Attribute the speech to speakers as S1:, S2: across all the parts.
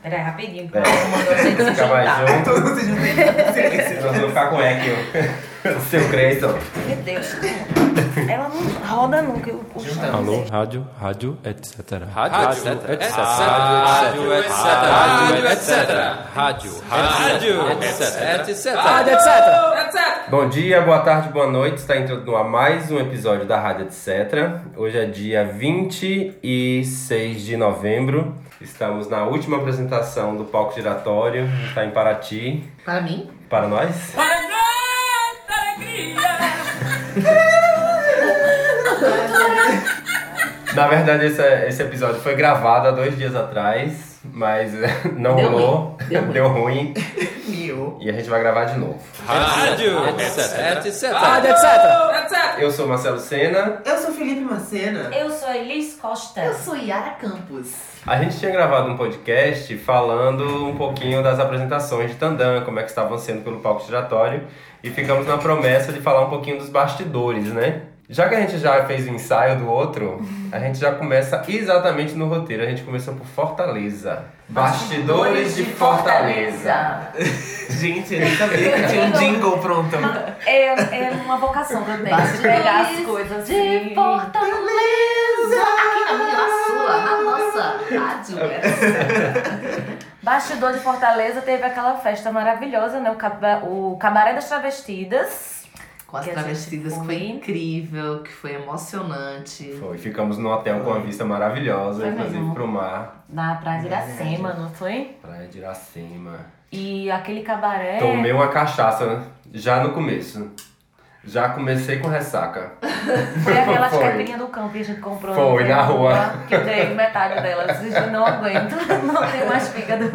S1: Peraí, rapidinho, porque
S2: É.
S1: o Paulo mandou você se
S2: Fica mais
S1: juntar.
S2: junto.
S3: Tá. Todo mundo se junta em silêncio.
S2: Nós vamos ficar com o eu. Seu crédito.
S1: Meu Deus. Ela não roda nunca. Eu, eu, eu
S4: Alô, rádio, rádio, etc.
S5: Rádio,
S4: etc.
S5: etc.
S4: Rádio, etc.
S5: Rádio, etc.
S4: Rádio,
S5: Rádio,
S4: etc.
S5: etc.
S2: Bom dia, boa tarde, boa noite. Está entrando no ar mais um episódio da Rádio Etc. Hoje é dia 26 de novembro. Estamos na última apresentação do palco giratório. Está em Paraty.
S3: Para mim?
S2: Para nós? Na verdade, esse, esse episódio foi gravado há dois dias atrás, mas eh, não
S3: Deu
S2: rolou,
S3: ruim, deu ruim.
S2: deu ruim
S3: Meu.
S2: e a gente vai gravar de novo.
S5: Rádio,
S4: etc.
S5: etc.
S2: Eu sou Marcelo Senna.
S3: Eu sou Felipe Macena.
S1: sou Elis Costa.
S3: Eu sou Yara Campos.
S2: A gente tinha gravado um podcast falando um pouquinho das apresentações de Tandam, como é que estavam sendo pelo palco giratório, e ficamos na promessa de falar um pouquinho dos bastidores, né? Já que a gente já fez o ensaio do outro, a gente já começa exatamente no roteiro. A gente começou por Fortaleza. Bastidores de Fortaleza.
S3: Gente, eu nem sabia que tinha um jingle pronto.
S1: É, é uma vocação que eu tenho de pegar as coisas assim. e...
S6: Aqui na minha, na sua, na nossa rádio. é
S1: Bastidor de Fortaleza teve aquela festa maravilhosa, né? O, caba- o Cabaré das Travestidas.
S6: Com as
S1: Que a gente
S6: travestidas que foi
S1: foi.
S6: incrível, que foi emocionante.
S2: Foi, ficamos num hotel com uma vista maravilhosa,
S1: Foi
S2: inclusive
S1: mesmo.
S2: pro mar,
S1: Na Praia de Iracema, não foi?
S2: praia de Iracema.
S1: E aquele cabaré...
S2: Tomei uma cachaça já no começo. Já comecei com ressaca.
S1: Foi aquelas
S2: Foi.
S1: caipirinhas do campo que a gente comprou.
S2: Foi,
S1: no
S2: na
S1: centro,
S2: rua.
S1: lá, Que eu dei metade delas. Eu não aguento, não tenho mais fígado.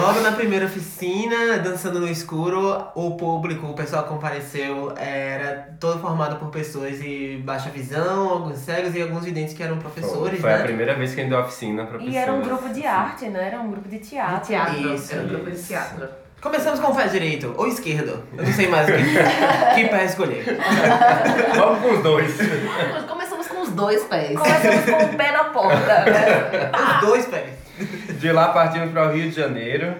S3: Logo na primeira oficina, dançando no escuro, o público, o pessoal que compareceu, era todo formado por pessoas de baixa visão, alguns cegos e alguns videntes que eram professores,
S2: Foi a
S3: né?
S2: primeira vez que a gente deu oficina pra pessoas.
S1: E era um grupo de arte, né? Era um grupo de
S6: De
S1: teatro.
S6: teatro,
S3: Isso,
S6: era um grupo de
S2: isso.
S6: teatro.
S3: Começamos com o pé direito ou esquerdo. Eu não sei mais o que, que pé escolher.
S2: Vamos com os dois.
S6: Nós Começamos com os dois pés.
S1: Começamos com o pé na porta. né?
S3: Os dois pés.
S2: De lá partimos para o Rio de Janeiro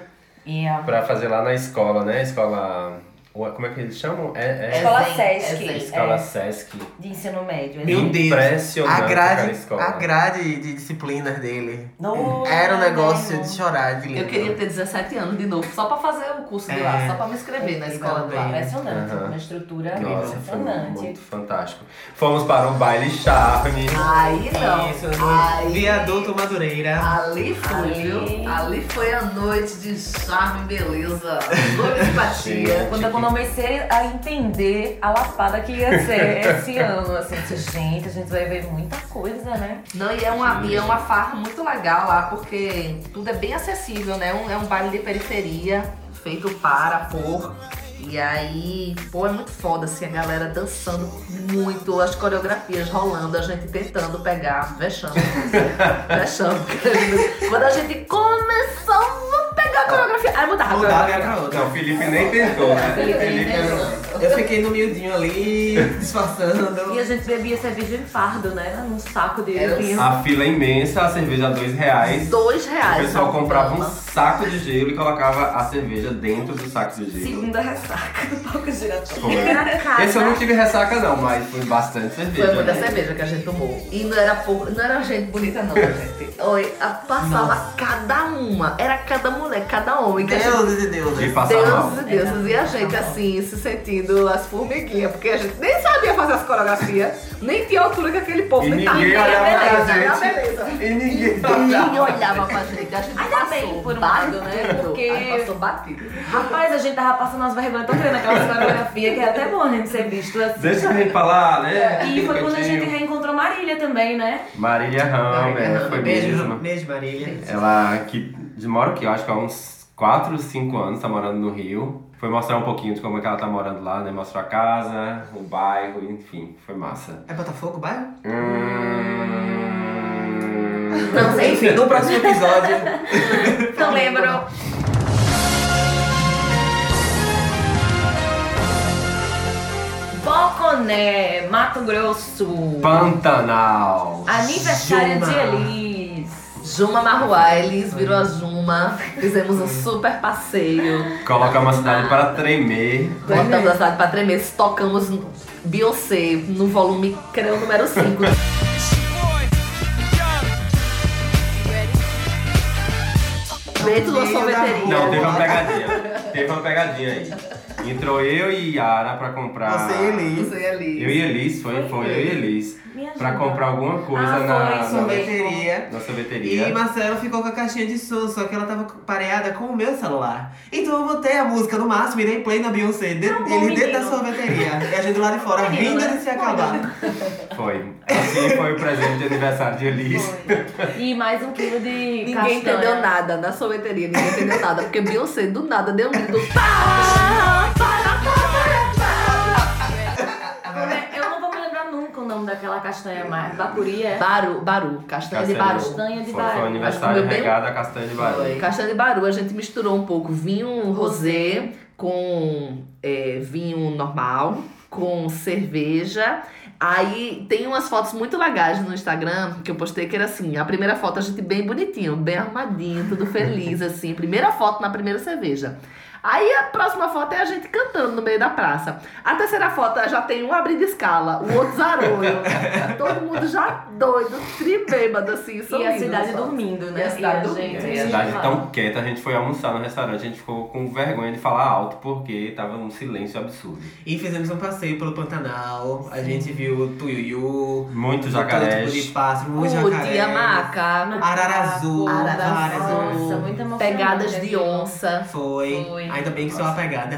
S1: E a
S2: pra fazer lá na escola, né? Escola. Ué, Como é que eles chamam? É, é...
S1: escola
S6: zen, é
S1: Sesc.
S6: zen.
S2: Escola Sesc.
S1: de ensino médio.
S3: Meu
S1: né?
S3: Deus.
S2: Impressionante
S3: A
S2: aquela
S3: grade,
S2: escola.
S3: a grade de disciplinas dele
S1: No-
S3: era um negócio
S1: no-
S3: de chorar de lindo.
S6: Eu queria ter 17 anos de novo, só pra fazer o curso de lá,
S3: É.
S6: só pra me inscrever na
S3: Eu
S6: escola de lá. né?
S3: também.
S1: Impressionante.
S2: Aham.
S1: Uma estrutura
S2: Nossa, foi
S1: É. impressionante.
S2: muito fantástico. Fomos para um baile charme.
S6: Aí não.
S3: Isso,
S6: Aí-
S3: no viaduto Madureira.
S6: Ali foi,
S1: Ali.
S6: viu? Ali foi a noite de charme e beleza. Dor de simpatia.
S1: Quando eu comecei a entender a lapada que ia ser esse ano, assim, disse, gente, a gente vai ver muita coisa, né?
S6: Não, e é uma, e é uma farra muito legal lá, porque tudo é bem acessível, né? Um- é um baile de periferia, feito para, por. E aí, pô, é muito foda, assim, a galera dançando muito, as coreografias rolando, a gente tentando pegar, vexando. vexando. Quando a gente começou a pegar a coreografia, aí mudava. a
S3: Mudava
S6: coreografia.
S3: pra outra.
S2: Não, o Felipe nem tentou, né? Felipe não-
S3: Eu fiquei no miudinho ali, disfarçando.
S1: E a gente bebia cerveja em fardo, né? Num saco de
S6: Era um
S1: vinho.
S2: A fila é imensa, a cerveja a dois reais.
S6: Dois
S2: O
S6: reais.
S2: pessoal
S6: uma
S2: comprava um
S6: dama.
S2: saco de gelo e colocava a cerveja dentro do saco de gelo.
S1: Segunda ressaca do palco giratório.
S2: Foi. Esse eu não tive ressaca não, mas foi bastante cerveja.
S6: Foi muita
S2: né?
S6: cerveja que a gente tomou. E não era pouco, não era gente bonita, não, gente. Oi, a- passava cada uma. Era cada mulher, cada homem. Que a gente,
S3: Deus e Deus.
S2: De passar mal.
S6: Deus e deuses. E a gente assim, se sentindo as formiguinhas, porque a gente nem sabia fazer as coreografias, nem tinha altura que aquele povo
S2: E
S6: nem tava.
S2: ninguém
S6: Era
S2: olhava pra
S6: Tá, beleza, era
S2: gente.
S6: beleza.
S2: E ninguém
S6: Ninguém olhava pra gente. A gente
S1: Ainda
S6: passou
S1: bem, por um lado, né?
S6: batido.
S1: Porque-
S6: A gente passou batido.
S1: Rapaz, a gente tava passando umas vergonhas tão grandes naquela coreografia que era até bom a gente ser visto assim.
S2: Deixa eu falar,
S6: É,
S2: né?
S1: E foi quando a gente
S2: Cantinho.
S1: reencontrou Marília também, né?
S2: Marília Ramos,
S6: Marília
S2: é,
S6: Ramos,
S2: foi
S3: Beijo,
S2: mesmo.
S3: beijo, Marília.
S2: Ela que demora o quê? Eu acho que há uns 4, 5 anos, tá morando no Rio. Foi mostrar um pouquinho de como é que ela tá morando lá, né? Mostrou a casa, o bairro, enfim, foi massa.
S3: É Botafogo, bairro?
S2: Hum...
S6: Não,
S3: Enfim,
S6: enfim.
S3: no próximo episódio.
S1: Não lembro. Boconé, Mato Grosso.
S2: Pantanal.
S1: Aniversário
S3: Juma.
S1: de Elis.
S6: Juma Marruá, eles viram a Juma, fizemos um super passeio,
S2: Colocar uma cidade para tremer.
S6: botamos a cidade pra tremer, tocamos Beyoncé no volume, creio, número 5. Dentro da é sorveteria.
S2: Não, teve uma pegadinha. Teve uma pegadinha aí. Entrou eu e Yara pra comprar.
S3: Você e Elis.
S6: Isso aí ali.
S2: Eu e Elis, foi, foi eu e Elis.
S1: Me ajuda.
S2: Pra comprar alguma coisa
S1: Ah, foi,
S2: na, na-
S3: sorveteria.
S2: na sorveteria.
S3: E Marcelo ficou com a caixinha de som, só que ela tava pareada com o meu celular. Então eu botei a música no máximo e dei play na Beyoncé, de,
S1: bom,
S3: ele dentro da
S1: menino.
S3: sorveteria. E a gente lá de fora,
S1: Menino,
S3: rindo
S1: né?
S3: de se acabar.
S2: Foi. Assim foi o presente de aniversário de Elis.
S1: E mais um quilo de
S6: Ninguém
S1: castanha.
S6: entendeu nada na sorveteria, ninguém entendeu nada, porque Beyoncé do nada deu um grito. "Pá, pá, pá, pá, pá".
S1: Como é? Eu não vou me lembrar nunca o nome daquela castanha mais. Bacuri é?
S6: Baru, Baru, castanha de Baru.
S1: Castanha de
S2: Foi, foi o
S1: barro.
S2: aniversário
S6: Meu bem-
S2: regado a castanha de barulho.
S6: Foi. Castanha de Baru, a gente misturou um pouco vinho rosé com é, vinho normal, com cerveja. Aí tem umas fotos muito legais no Instagram que eu postei que era assim, a primeira foto a gente bem bonitinho, bem arrumadinho, tudo feliz assim, primeira foto na primeira cerveja. Aí a próxima foto é a gente cantando no meio da praça. A terceira foto já tem um abrindo escala, o outro zarolho. Todo mundo já doido, tribêbado assim,
S1: E a
S6: sorrindo
S1: cidade
S6: só.
S1: dormindo,
S6: E
S1: né?
S6: a cidade então,
S2: E É,
S6: dormindo.
S2: a
S6: Sim.
S2: cidade tão quieta, a gente foi almoçar no restaurante, a gente ficou com vergonha de falar alto porque tava um silêncio absurdo.
S3: E fizemos um passeio pelo Pantanal, a gente viu o Tuiuiu,
S2: Muito
S3: todo
S2: jacaré.
S3: tipo de pássaro, muito
S6: Cuti,
S3: jacaré.
S6: amaca,
S2: Ah,
S3: Arara azul,
S6: Arara
S3: arara
S6: azul.
S1: Nossa,
S3: azul.
S1: muito emocionante.
S6: pegadas de onça.
S3: Foi.
S1: Foi.
S3: Ainda bem que sou a pegada.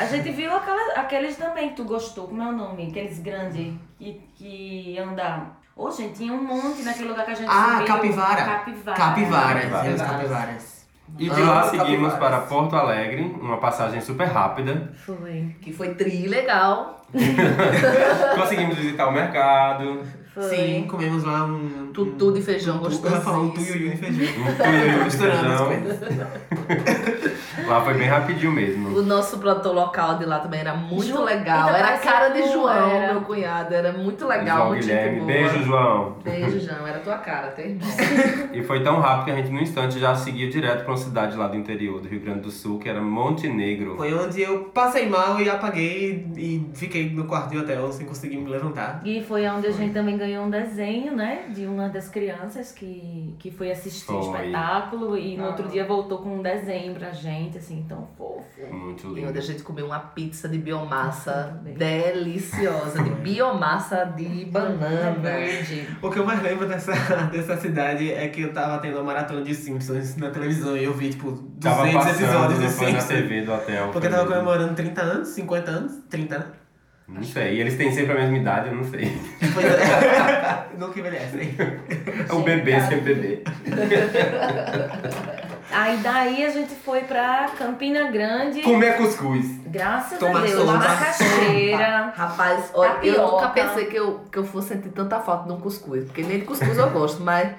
S1: A gente viu aquela- aqueles também que tu gostou. Como é o nome? Aqueles grandes que, que andam. Ô, gente, tinha um monte naquele lugar que a gente
S3: Ah,
S1: subiu.
S3: capivara.
S1: Capivara.
S3: Capivaras,
S2: Capivaras.
S3: temos capivaras.
S2: E de lá
S3: Ah,
S2: seguimos
S3: capivaras.
S2: para Porto Alegre, uma passagem super rápida.
S1: Foi.
S6: Que foi tri legal.
S2: Conseguimos visitar o mercado, um
S1: Foi.
S3: Sim, comemos lá um.
S6: Tutu de feijão
S3: um, eu ia falar um
S6: gostosíssimo.
S3: tuiuiu de feijão.
S2: um túnel de
S3: Misturando as
S2: feijão.
S3: coisas.
S2: Lá foi bem rapidinho mesmo.
S6: O nosso produtor local de lá também era muito
S1: Ju-
S6: legal.
S1: Eita,
S6: Era a
S1: parecia
S6: cara de
S1: tu,
S6: João,
S1: era.
S6: meu cunhado. Era muito legal,
S2: João
S6: muito gente
S2: Guilherme,
S6: boa.
S2: beijo João.
S6: Beijo, João. Era tua cara, teu irmão.
S2: E foi tão rápido que a gente, no instante, já seguiu direto pra uma cidade lá do interior do Rio Grande do Sul, que era Montenegro.
S3: Foi onde eu passei mal e apaguei e fiquei no quarto de hotel sem conseguir me levantar.
S1: E foi onde a gente também ganhou um desenho, né? De uma das crianças que, que foi assistir o
S2: Foi.
S1: espetáculo e no
S3: Ah.
S1: outro dia voltou com um desenho pra gente, assim, tão fofo.
S2: Muito
S6: E onde
S2: lindo.
S6: a gente comeu uma pizza de biomassa
S1: Também.
S6: deliciosa. De biomassa de banana.
S1: Verde.
S3: O que eu mais lembro dessa, dessa cidade é que eu tava tendo uma maratona de Simpsons na televisão e eu vi, tipo, 200
S2: Tava
S3: episódios
S2: passando,
S3: de
S2: foi na
S3: Simpsons.
S2: TV do hotel.
S3: Porque
S2: foi
S3: eu tava
S2: mesmo.
S3: comemorando 30 anos, 50 anos, 30 anos.
S2: Não sei, e eles têm sempre a mesma idade, eu não sei.
S3: Pois é. Nunca envelhecem.
S2: o bebê sempre bebê.
S1: Aí daí a gente foi pra Campina Grande.
S2: Comer cuscuz.
S1: Graças
S3: Tomar
S1: a Deus,
S3: sopa.
S1: macaxeira. Tá
S6: Rapaz, olha, eu
S1: Tapioca.
S6: nunca pensei que eu, que eu fosse sentir tanta falta de um cuscuz. Porque nem de cuscuz eu gosto, mas...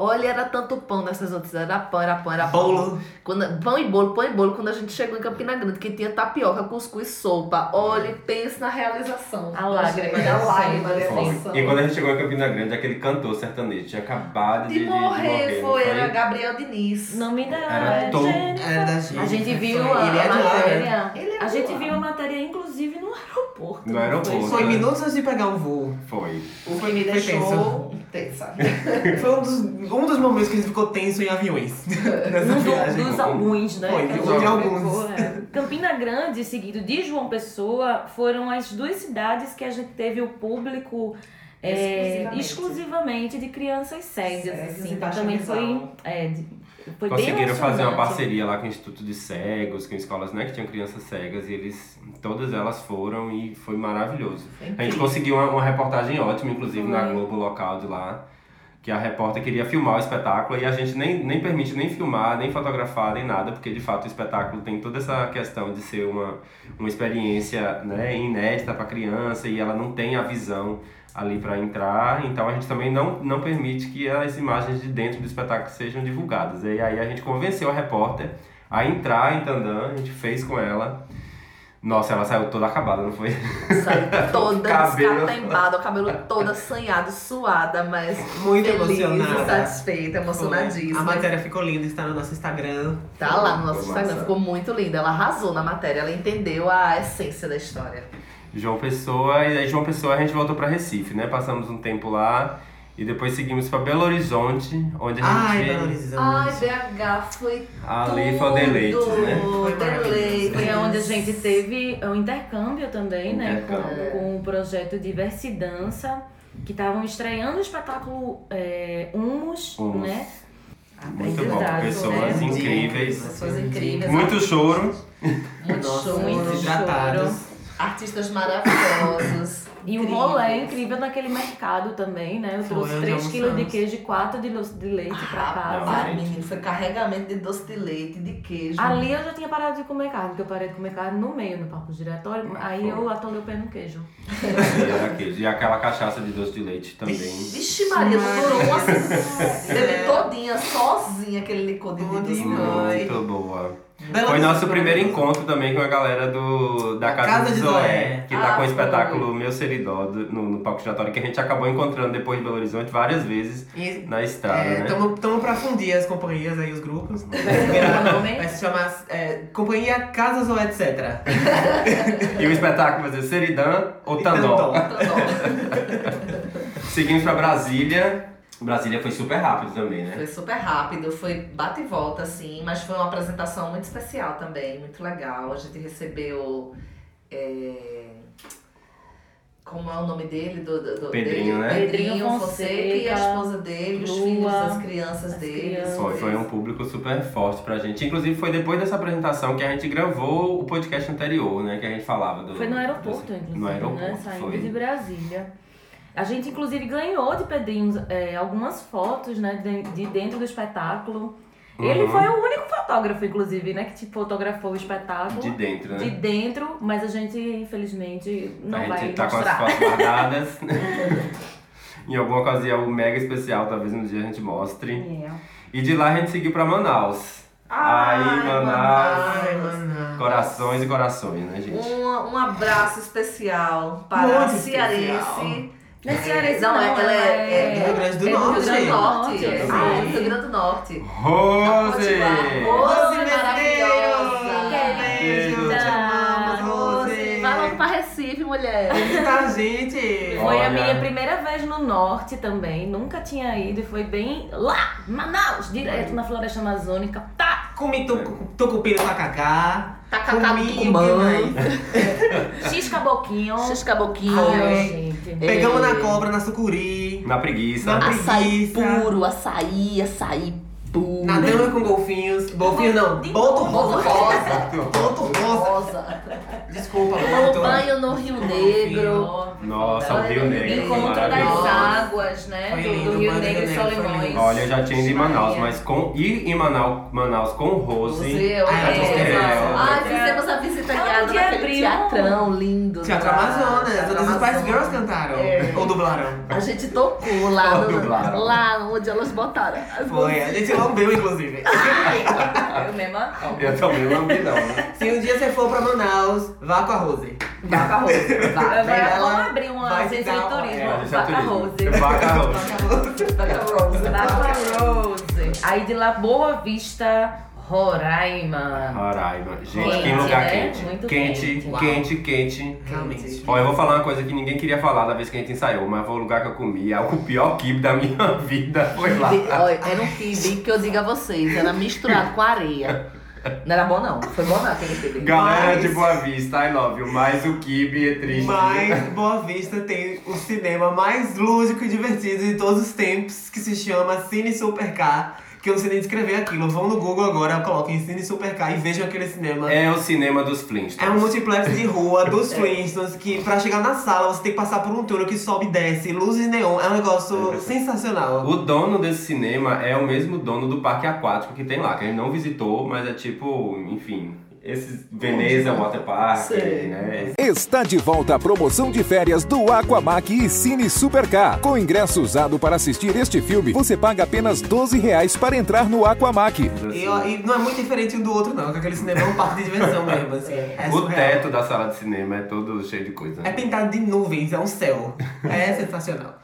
S6: Olha, era tanto pão nessas outras. Era pão, era pão, era pão.
S3: Bolo.
S6: Quando, pão e bolo, pão e bolo. Quando a gente chegou em Campina Grande, que tinha tapioca, cuscuz, sopa. Olha,
S2: Hum.
S6: pense na realização.
S1: A lágrima,
S6: A
S1: né?
S6: lágrima, a
S1: Foi.
S6: emoção.
S2: Foi. E quando a gente chegou em Campina Grande, aquele cantor sertanejo tinha acabado de,
S6: De
S2: de- de
S6: morrer,
S2: morrer. não
S6: foi, era Gabriel Diniz.
S1: Não me dá.
S2: Era
S1: é
S2: Tom.
S1: Jennifer.
S3: Era da gente.
S1: A gente viu
S3: Foi-
S1: a,
S3: Ele é de lá, né?
S1: matéria.
S6: Ele é
S1: a
S6: de
S1: gente
S6: lá.
S1: viu a matéria, inclusive, no aeroporto.
S2: No
S1: não
S2: aeroporto.
S3: Foi minutos antes de pegar um voo.
S2: Foi.
S6: O que me
S3: Foi
S6: deixou tensa.
S3: Foi um dos, um dos momentos que a gente ficou tenso em aviões. Nessa
S1: Um
S3: viagem.
S1: do- dos alguns, né?
S3: Foi,
S1: Que a
S2: de
S1: gente
S3: alguns.
S1: pegou, é. Campina Grande, seguido de João Pessoa, foram as duas cidades que a gente teve o público é,
S6: Exclusivamente.
S1: exclusivamente. de crianças cegas.
S6: Cegas e
S1: Assim. Então
S6: baixa
S1: também foi,
S6: visão.
S1: é, de- foi bem
S2: Conseguiram fazer uma
S1: emocionante.
S2: parceria lá com o Instituto de Cegos, com escolas né, que tinham crianças cegas, e eles, todas elas foram e foi maravilhoso. A gente conseguiu uma, uma reportagem ótima, inclusive na
S1: Foi.
S2: Globo local de lá, que a repórter queria filmar o espetáculo e a gente nem, nem permite nem filmar, nem fotografar, nem nada, porque de fato o espetáculo tem toda essa questão de ser uma, uma experiência né, inédita para criança e ela não tem a visão ali para entrar, então a gente também não, não permite que as imagens de dentro do espetáculo sejam divulgadas. E aí a gente convenceu a repórter a entrar em Tandã, a gente fez com ela. Nossa, ela saiu toda acabada, não foi?
S6: Saiu toda
S2: Cabelo.
S6: descatembada, o cabelo todo assanhado, suada, mas
S3: Muito
S6: feliz,
S3: emocionada.
S6: satisfeita,
S3: A
S6: emocionadíssima.
S3: matéria ficou linda, está no nosso Instagram.
S6: Tá lá no nosso
S2: Ficou
S6: Instagram,
S2: massa.
S6: ficou muito linda. Ela arrasou na matéria, ela entendeu a essência da história.
S2: João Pessoa, e aí João Pessoa a gente voltou pra Recife, né? Passamos um tempo lá e depois seguimos pra Belo Horizonte, onde a
S3: Ai,
S2: gente.
S3: Belo Horizonte.
S6: Ai, BH foi
S2: Ali foi o deleite, né?
S6: Foi deleite.
S1: Foi onde a gente teve um intercâmbio também, né?
S2: Intercâmbio.
S1: Com, com o projeto Diversi Dança, que estavam estreando o espetáculo é, Humus,
S2: Humus.
S1: né?
S2: Muito bom,
S1: Aprendizado,
S2: pessoas
S1: né?
S2: incríveis.
S6: Pessoas incríveis,
S2: Muito choro.
S6: muito
S3: Nossa,
S6: show,
S1: muito
S3: muito hidratados.
S6: artistas maravilhosos.
S1: E o
S6: Incríveis.
S1: rolê incrível naquele mercado também, né? Eu
S3: Foi,
S1: trouxe
S3: onde
S1: 3 kg de
S3: almoçamos.
S1: queijo e 4 de, lo- de leite
S6: Ah,
S1: pra casa.
S6: Rapaz,
S2: gente.
S6: menino, foi carregamento de doce de leite, de queijo.
S1: Ali eu já tinha parado de comer carne, porque eu parei de comer carne no meio, no palco giratório. Aí eu atolei o pé no queijo.
S2: E era queijo. E aquela cachaça de doce de leite também.
S6: Vixe Maria, durou uma Teve todinha, sozinha, aquele licor de assim,
S3: Bom
S6: doce de
S3: demais.
S6: leite.
S2: Muito boa.
S3: Belo
S2: Foi
S3: Horizonte.
S2: nosso primeiro encontro também com a galera do, da
S3: Da
S2: Casa,
S3: Casa
S2: de
S3: de
S2: Zoé,
S3: Zoé.
S2: que tá
S6: Ah,
S2: com o
S6: foi.
S2: espetáculo Meu Seridó do- no, no palco giratório, que a gente acabou encontrando depois de Belo Horizonte várias vezes
S3: E-
S2: na estrada,
S3: É,
S2: né?
S3: tamo, tamo pra fundir as companhias aí, os grupos.
S1: Qual é o nome?
S3: Vai se chamar é, Companhia Casas ou Etc.
S2: E o espetáculo vai ser Seridã ou Tandó.
S6: né?
S2: Seguimos pra Brasília. Brasília foi super rápido também, né?
S6: Foi super rápido, foi bate e volta, assim, mas foi uma apresentação muito especial também, muito legal. A gente recebeu. é, Como é o nome dele? Do, do- do-
S2: Pedrinho,
S6: dele?
S2: né?
S6: Pedrinho
S1: Pedrinho
S6: Fonseca e a
S1: Fonseca,
S6: esposa dele, os
S1: Lua,
S6: filhos, as crianças
S1: as
S6: dele.
S1: crianças.
S2: Foi, foi um público super forte pra gente. Inclusive, foi depois dessa apresentação que a gente gravou o podcast anterior, né? Que a gente falava do.
S1: Foi no aeroporto,
S2: do-
S1: inclusive,
S2: No
S1: né?
S2: aeroporto,
S1: Saindo de
S2: foi.
S1: Brasília. A gente, inclusive, ganhou de Pedrinho é, algumas fotos, né? De, de dentro do espetáculo. Ele
S2: Uhum.
S1: foi o único fotógrafo, inclusive, né? Que te fotografou o espetáculo.
S2: De dentro, né?
S1: De dentro, mas a gente, infelizmente, não
S2: a gente
S1: vai
S2: tá
S1: mostrar.
S2: com as fotos guardadas. em alguma ocasião mega especial, talvez um dia a gente mostre.
S1: É.
S2: E de lá a gente seguiu pra Manaus.
S6: Ai,
S2: Aí, Manaus.
S6: Manaus.
S3: Ai, mano.
S2: Corações e corações, né, gente?
S6: Um, um abraço especial para a
S3: Muito
S6: cearense.
S3: especial.
S1: Não é cearense,
S6: Não,
S1: não,
S6: é- ela é-
S3: Do Rio Grande do
S1: é do
S6: Rio
S3: Norte.
S6: Grande do Norte.
S1: Sim.
S6: Ah, é do Rio Grande do Norte.
S2: Rose!
S6: Potiguar.
S3: Rose
S6: Rose é maravilhosa.
S3: Beijo, te amamos, Rose.
S6: Vai logo pra Recife, mulher.
S3: Tá, gente.
S1: Ah, Foi
S2: Olha.
S1: a minha primeira vez no norte também, nunca tinha ido e foi bem lá, Manaus, direto na floresta amazônica. Tá!
S3: Comi tucu- tucupira com cacá.
S6: Tacacá do
S3: comi,
S6: Tucumã.
S3: que mais?
S1: X caboquinho.
S6: X caboquinho.
S1: Ai, gente.
S3: Pegamos
S6: É.
S3: na cobra, na sucuri.
S2: Na preguiça.
S3: Na-
S6: Açaí
S3: preguiça.
S6: puro, açaí, açaí puro.
S3: Nadando com golfinhos. Golfinho não.
S1: De
S3: Boto
S6: Boto
S3: rosa.
S6: um rosa.
S3: Boto rosa.
S6: Rosa.
S3: Desculpa, um
S6: Tomou
S3: Boto.
S6: banho no Rio Negro.
S2: Nossa, o Rio Negro.
S1: Encontro das
S2: maravilhoso.
S1: águas, né?
S3: Foi
S1: Do,
S3: lindo,
S1: do Rio
S3: mano,
S1: Negro
S3: Rio
S1: e
S3: Negro, foi
S1: Solimões.
S3: lindo.
S2: Olha, eu já tinha ido em Manaus,
S1: Maria.
S2: mas com ir em Manaus, Manaus com Rose.
S6: Museu.
S3: Ah,
S6: é.
S3: é, é.
S6: Ai, fizemos a visita
S1: Ah,
S6: guiada
S1: de
S6: naquele
S1: abril.
S6: teatrão lindo.
S3: Teatro
S6: lá.
S3: Amazonas.
S6: Teatro
S3: Todas as Spice
S6: Amazonas.
S3: Girls cantaram.
S6: É.
S3: Ou dublaram.
S6: A gente tocou lá,
S2: Ou
S6: no-
S2: dublaram.
S6: lá onde elas botaram. as
S3: Foi, a gente lambeu, inclusive.
S1: Eu mesma.
S2: Eu também não vi, não. né?
S3: Se um dia você for pra Manaus, vá com a Rose.
S6: Vaca rosa.
S3: Vá,
S1: Agora
S3: ela
S1: vamos abrir uma
S3: vai
S1: agência de
S3: dar uma-
S1: turismo.
S3: é,
S2: Olha, já
S1: Vaca
S2: turismo.
S1: Rose.
S2: Vaca Rose.
S6: Vaca rosa.
S1: Vaca Rose. Aí de lá, Boa Vista, Roraima.
S2: Roraima. Gente,
S1: Quente,
S2: que lugar
S1: né?
S2: quente.
S1: Muito
S2: quente,
S1: quente. Uau.
S2: quente, quente.
S3: Realmente.
S2: Ó, eu vou falar uma coisa que ninguém queria falar da vez que a gente ensaiou, mas foi o lugar que eu comi. É o pior kibe da minha vida. Foi lá.
S6: Quibe- olha, era um quibe que eu digo a vocês, era misturado com areia. Não era bom não, foi bom não aquele quibe.
S2: Galera
S3: Mas-
S2: de Boa Vista, I love you. Mas o kibe é triste.
S3: Mas Boa Vista tem o cinema mais lúdico e divertido de todos os tempos, que se chama Cine Super K, que eu não sei nem descrever aquilo. Vão no Google agora, coloquem Cine Super K e vejam aquele cinema.
S2: É o cinema dos Flintstones.
S3: É um multiplex de rua dos Flintstones que pra chegar na sala você tem que passar por um túnel que sobe e desce, luzes neon, é um negócio sensacional.
S2: O dono desse cinema é o mesmo dono do parque aquático que tem lá, que a gente não visitou, mas é tipo, enfim, Esse Veneza é um waterpark,
S3: Sei.
S2: né?
S7: Está de volta a promoção de férias do Aquamac e Cine Supercar. Com ingresso usado para assistir este filme, você paga apenas 12 reais para entrar no Aquamac.
S2: assim.
S3: E, ó, e não é muito diferente um do outro, não. que Aquele cinema é um parque de diversão mesmo, assim. É
S2: O
S3: surreal.
S2: teto da sala de cinema é todo cheio de coisa.
S3: É pintado de nuvens, é um céu. É sensacional.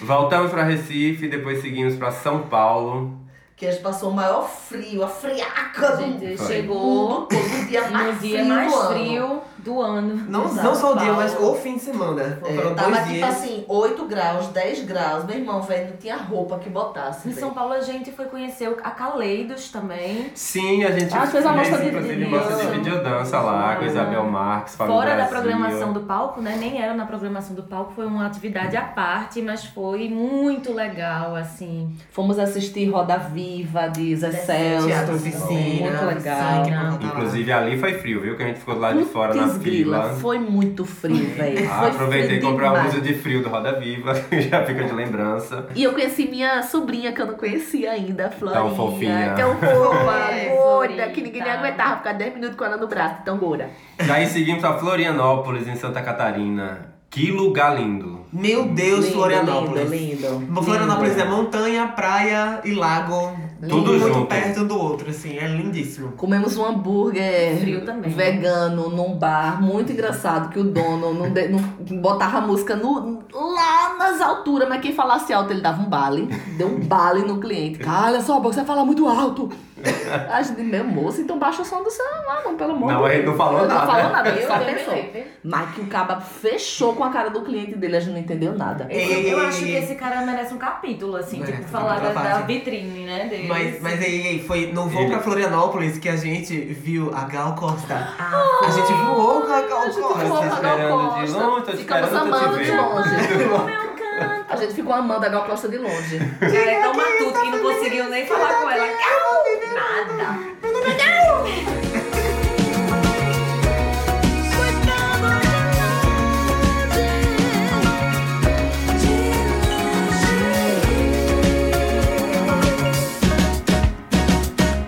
S2: Voltamos pra Recife, depois seguimos pra São Paulo.
S6: Que a gente passou o maior frio, a friaca
S1: A
S6: do mundo.
S1: gente
S2: Foi.
S1: chegou
S6: O
S3: Ah,
S6: dia
S1: no
S6: mais
S1: dia
S6: frio
S1: mais
S6: do ano.
S1: frio do ano.
S3: Não,
S1: São
S3: não só o dia,
S1: Paulo.
S3: mas o fim de semana.
S6: É,
S3: Foram
S6: tava
S3: dois
S6: tipo
S3: dias.
S6: assim, 8 graus, 10 graus. Meu irmão, velho, não tinha roupa que botasse.
S1: Em
S6: velho.
S1: São Paulo a gente foi conhecer o- a Caleidos também.
S2: Sim, a gente
S8: Ah, fez uma mostra de
S2: inclusive,
S8: vídeo.
S2: mostra de videodança lá com Isabel Marques, Fábio
S1: Fora da
S2: Brasil.
S1: programação do palco, né? Nem era na programação do palco, foi uma atividade à parte, mas foi muito legal, assim.
S8: Fomos assistir Roda Viva de Zé Celso.
S3: Teatro Oficina.
S8: Muito legal.
S3: sangue pra botar lá.
S2: Inclusive ali foi frio, viu? Que a gente ficou do lado de fora na
S8: Putz,
S2: fila.
S8: grila, foi muito frio, velho.
S2: Ah,
S8: Foi
S2: aproveitei e
S8: frio
S2: comprei uma
S8: demais.
S2: blusa de frio do Roda Viva, que já fica de lembrança.
S8: E eu conheci minha sobrinha que eu não conhecia ainda, a Florinha.
S2: fofinha.
S8: Tão fofa,
S1: É,
S8: gorda,
S1: Florita.
S8: que ninguém nem aguentava ficar 10 minutos com ela no braço, tão gorda.
S2: Daí seguimos a Florianópolis, em Santa Catarina. Que lugar lindo.
S3: Meu Deus,
S8: Lindo,
S3: Florianópolis.
S8: Lindo, lindo.
S3: Bom, Florianópolis
S8: Lindo.
S3: é montanha, praia e lago.
S8: Tudo
S3: muito
S2: junto.
S3: perto um do outro, assim. É lindíssimo.
S8: Comemos um hambúrguer
S1: Frio também.
S8: vegano num bar, muito engraçado, que o dono não, de- não botava música no, lá nas alturas, mas quem falasse alto ele dava um bale, deu um bale no cliente. Cala sua boca, você fala muito alto. A gente, meu moço, então baixa o som do celular, não, pelo amor
S2: Não,
S8: de
S2: ele
S8: Deus.
S2: não falou
S8: Não
S2: nada.
S8: falou nada, ele só
S1: Eu
S8: pensou.
S1: também.
S8: Mas que o caba fechou com a cara do cliente dele, a gente não entendeu nada.
S1: Eu, eu acho que esse cara merece um capítulo, assim,
S3: Merece
S1: tipo,
S3: um
S1: falar da,
S3: capítulo à
S1: da
S3: parte.
S1: vitrine, né? Deles.
S3: Mas, mas é aí, aí, foi não vou
S2: Ele-
S3: pra Florianópolis que a gente viu a Gal Costa. a gente voou com a Gal Costa.
S8: voou com a Gal
S2: esperando de
S8: Costa.
S2: longe, tô te
S8: Ficamos
S2: esperando
S8: amando
S2: te
S8: de
S2: ver.
S8: longe.
S1: Como é um canto.
S8: A gente ficou amando a Gal Costa de longe.
S1: O cara é tão matuto que não conseguiu nem falar com ela. Calma, nada.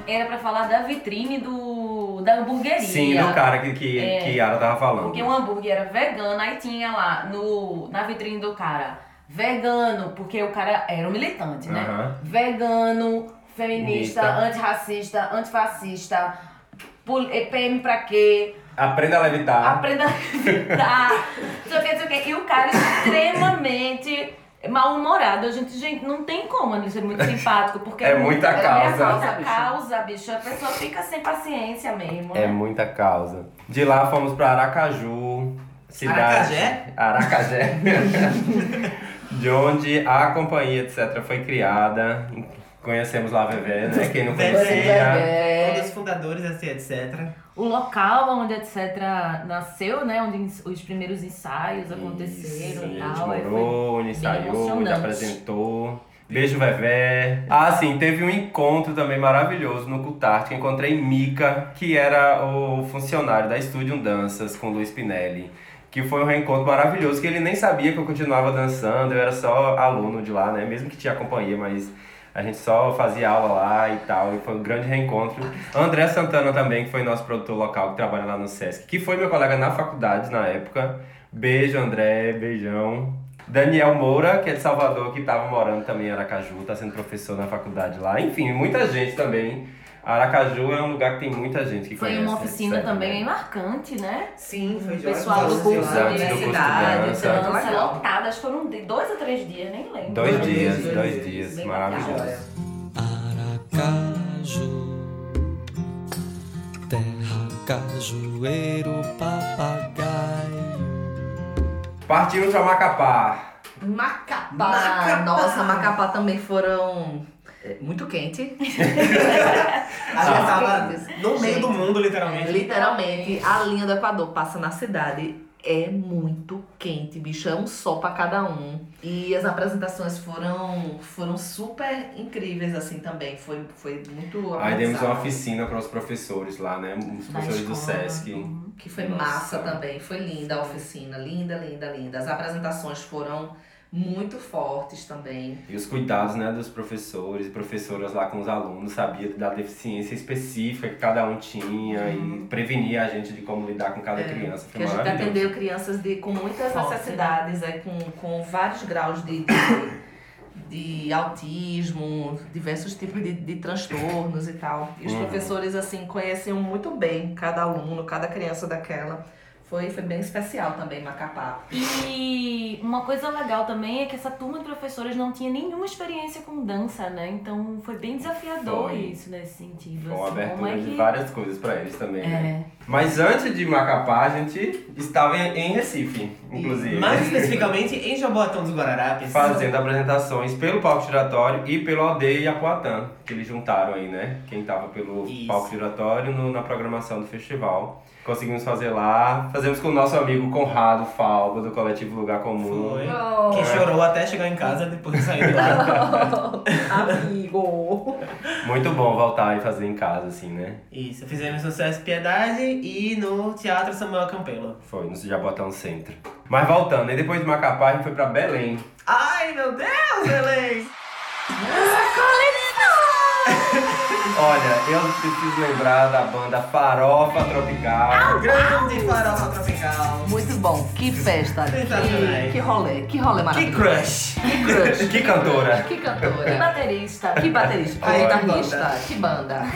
S1: Era pra falar da vitrine do da hamburgueria.
S2: Sim, do cara que, que, que Yara tava falando.
S1: É. Porque um hambúrguer era vegano, aí tinha lá no, na vitrine do cara, vegano, porque o cara era um militante, né?
S2: Aham.
S1: Vegano, feminista,
S2: Mista.
S1: antirracista, antifascista, pol- eh, PM pra quê?
S2: Aprenda a levitar.
S1: Aprenda a evitar, não sei o que, não sei o que. E o cara é extremamente mal-humorado. A gente, gente, não tem como ele ser muito simpático, porque
S2: É muita
S1: é muita
S2: causa.
S1: causa, causa, bicho. A pessoa fica sem paciência mesmo. né?
S2: É muita causa. De lá fomos pra Aracaju, cidade.
S3: Aracajé?
S2: Aracajé. de onde a companhia, etc., foi criada. Conhecemos lá a Vevé, né? Quem não
S3: Vevé.
S2: conhecia.
S3: Um dos fundadores, assim, etc.
S1: o local onde etc nasceu, né, onde ins- os primeiros ensaios aconteceram e
S2: Isso, A gente
S1: tal. aí foi-
S2: morou, onde ensaiou, onde
S1: emocionante.
S2: apresentou. Beijo, Vevé. Ah, sim, teve um encontro também maravilhoso no Cutarte, que encontrei Mica, que era o funcionário da Studium Danças com Luiz Pinelli. Que foi um reencontro maravilhoso, que ele nem sabia que eu continuava dançando, eu era só aluno de lá, né? Mesmo que tinha companhia, mas a gente só fazia aula lá e tal, e foi um grande reencontro. André Santana também, que foi nosso produtor local, que trabalha lá no Sesc, que foi meu colega na faculdade na época. Beijo, André, beijão. Daniel Moura, que é de Salvador, que estava morando também em Aracaju, está sendo professor na faculdade lá. Enfim, muita gente também. Aracaju é um lugar que tem muita gente que
S1: Foi
S2: conhece.
S1: uma oficina
S2: etc,
S1: também
S2: né?
S1: bem marcante, né?
S3: Sim, foi
S1: O pessoal do curso
S2: Exato,
S1: de
S2: do curso de
S1: cidade, assim,
S2: dança.
S1: dança,
S6: Legal.
S1: lotadas, foram de dois a três dias, nem lembro.
S2: Dois
S3: Dois
S2: dias,
S3: dias,
S2: dois
S3: dois
S2: dias,
S1: Bem bacana.
S2: maravilhoso.
S5: Aracaju, terra cajueiro, papagaio.
S2: Partimos para Macapá.
S6: Macapá.
S3: Macapá.
S6: Nossa, Macapá também foram é, muito quente.
S3: A gente
S6: Ah.
S3: tava no meio
S6: Gente.
S3: do mundo, literalmente.
S6: Literalmente, a linha do Equador passa na cidade. É muito quente, bicho. É um sol pra cada um. E as apresentações foram, foram super incríveis, assim, também. Foi, foi muito
S2: Aí demos uma
S6: organizado,
S2: oficina para os professores lá, né? Os
S6: Na
S2: professores do
S6: escola.
S2: SESC.
S6: Que foi
S2: Nossa.
S6: massa também. Foi linda a oficina. Linda, linda, linda. As apresentações foram muito fortes também.
S2: E os cuidados, né, dos professores e professoras lá com os alunos, sabia da deficiência específica que cada um tinha e prevenir a gente de como lidar com cada criança. Foi
S6: Porque a gente tá
S2: maravilhoso.
S6: atendeu crianças de, com muitas
S8: Forte,
S6: necessidades, é, com, com vários graus de, de, de autismo, diversos tipos de, de transtornos e tal. E os
S2: Uhum.
S6: professores, assim, conheciam muito bem cada aluno, cada criança daquela. Foi, foi bem especial também, Macapá.
S1: E uma coisa legal também é que essa turma de professores não tinha nenhuma experiência com dança, né? Então foi bem desafiador
S2: Foi.
S1: isso nesse sentido.
S2: Foi uma
S1: assim, como
S2: abertura
S1: é
S2: de
S1: que...
S2: várias coisas pra eles também, né?
S8: É.
S2: Mas antes de Macapá, a gente estava em, em Recife, inclusive.
S3: Mais especificamente em Jaboatão dos Guararapes.
S2: Fazendo apresentações pelo palco giratório e pelo Aldeia e Apuatã, que eles juntaram aí, né? Quem tava pelo
S3: Isso.
S2: palco giratório no- na programação do festival. Conseguimos fazer lá. Fazemos com o nosso amigo Conrado Falba, do coletivo Lugar Comum.
S3: Foi. Que chorou até chegar em casa depois de sair do bar.
S6: Amigo!
S2: Muito bom voltar e fazer em casa, assim, né?
S3: Isso, fizemos no César Piedade e no Teatro Samuel Campelo.
S2: Foi, no Jabotão Centro. Mas voltando, e depois de Macapá, a gente foi pra Belém.
S3: Ai, meu Deus, Belém!
S2: Olha, eu preciso lembrar da banda Farofa Tropical.
S3: Grande farofa tropical.
S6: Muito bom, que festa!
S3: Sensacionais.
S6: Que, que rolê, que rolê
S3: Que
S6: maravilhoso!
S3: crush!
S6: Que crush!
S2: Que cantora!
S6: Que
S1: Que
S6: cantora!
S1: baterista.
S6: Que baterista, que
S3: Ai, que
S6: guitarrista,
S3: banda.
S6: que banda!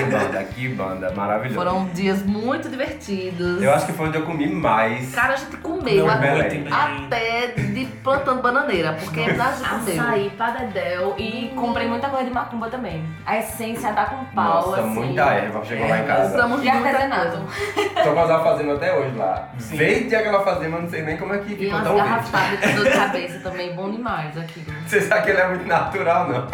S2: Que banda, que banda, maravilhosa.
S6: Foram dias muito divertidos.
S2: Eu acho que foi onde eu comi mais.
S6: Cara, a gente comeu
S2: Não,
S6: a-
S2: pera
S3: Muito bem.
S6: até de plantando bananeira, porque a gente comeu.
S1: Açaí, padedel e comprei muita coisa de macumba também. A essência tá com pau,
S2: Nossa,
S1: assim.
S2: muita erva. Chegou
S6: É,
S2: lá em casa.
S6: Compramos
S1: E artesanato.
S2: Tô com as fazendo até hoje lá. Veio de aquela fazenda, eu não sei nem como é que
S6: E
S2: ficou
S6: umas
S2: tão verde.
S6: garrafadas de dor de cabeça também, bom demais aquilo.
S2: Vocês sabem que ele é muito natural, não?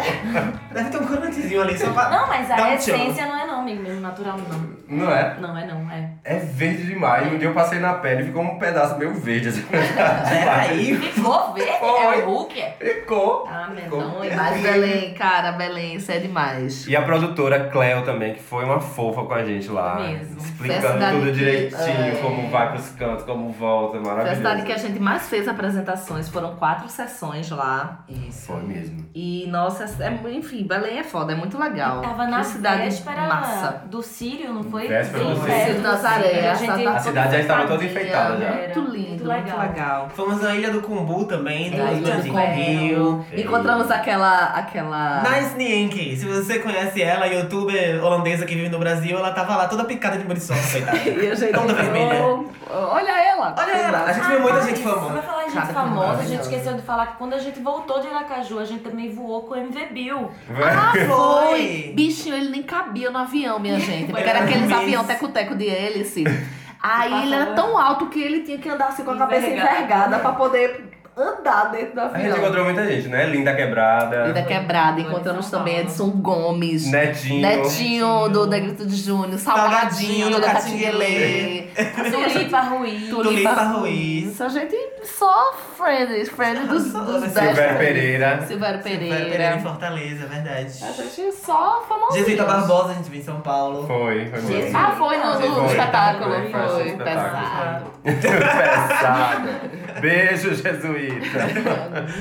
S3: Deve ter um crocantezinho ali só pra.
S1: Não, mas a
S3: Dá um tchau.
S1: essência não é não, amigo mesmo, natural não.
S2: Não é?
S1: Não é não, é.
S2: É verde demais. Um dia eu passei na pele e ficou um pedaço meio verde. Assim, demais.
S3: Peraí!
S1: Ficou verde?
S2: Foi.
S1: É o Hulk? é?
S2: ficou.
S1: Ah,
S2: Ficou.
S1: medonho.
S6: Mas Belém, cara, Belém, isso é demais.
S2: E a produtora Cleo também, que foi uma fofa com a gente lá.
S1: Mesmo.
S2: Explicando
S6: Festa
S2: tudo
S6: de-
S2: direitinho,
S6: é.
S2: como vai pros cantos, como volta,
S6: A verdade
S2: maravilhoso.
S6: que a gente mais fez apresentações, foram quatro sessões lá. Isso.
S2: Foi mesmo.
S6: E nossa, é- enfim, Belém é foda, é muito legal.
S1: Tava
S6: Que
S1: na
S6: cidade
S1: véspera
S6: massa.
S1: do Sírio, não foi?
S2: Véspera do
S1: Sim,
S2: Sírio.
S1: Sírio
S6: Nazaré,
S1: A,
S6: tá
S2: A cidade já estava toda enfeitada já.
S1: Era
S6: Muito lindo, muito legal.
S3: Fomos na Ilha do Cumbu também,
S6: É,
S3: duas
S6: Ilha
S3: noites
S6: do
S3: em Rio.
S6: Encontramos aquela. aquela...
S3: Nice Nienke, se você conhece ela, youtuber holandesa que vive no Brasil, ela tava lá toda picada de muriçoca, coitada.
S6: E a gente
S3: Toda vermelha.
S6: Oh, Olha ela!
S3: Olha ela, a gente viu muita gente famosa.
S1: Pra falar em gente
S6: Cada
S1: famosa, a
S6: maravilhosa.
S1: gente esqueceu de falar que quando a gente voltou de Aracaju, a gente também voou com o MV Bill.
S6: Ah,
S3: Foi.
S6: foi! Bichinho, ele nem cabia no avião, minha gente. Porque
S3: Era
S6: era aqueles
S3: imenso.
S6: avião teco-teco de hélice. Aí ele era tão alto que ele tinha que andar assim com a cabeça
S1: Envergado.
S6: envergada pra poder andar dentro do
S2: A gente
S6: avião.
S2: encontrou muita gente, né? Linda Quebrada,
S6: Vida quebrada, encontramos
S1: São
S6: também
S1: Paulo.
S6: Edson Gomes.
S2: Netinho.
S6: Netinho do Negrito de Júnior,
S3: Salgadinho
S6: Salgadinho
S3: do
S6: do
S3: Catinguelê.
S6: Catinguelê,
S1: Tulipa Ruiz.
S3: Tulipa Ruiz.
S6: Isso, a gente só friends, friends dos,
S3: Silvério
S6: dos best
S2: Silvério
S6: friends.
S2: Pereira.
S6: Silvério
S3: Vai Pereira em
S6: Pereira.
S3: Fortaleza, é verdade.
S6: A gente só famosinho.
S3: Jesuíta Barbosa, a gente veio em São Paulo.
S2: Foi, foi mesmo.
S6: Ah, foi no, no
S2: Foi,
S6: espetáculo,
S2: foi,
S6: foi,
S2: foi, foi no espetáculo.
S6: pesado.
S2: Pesada. Beijo, Jesuíta.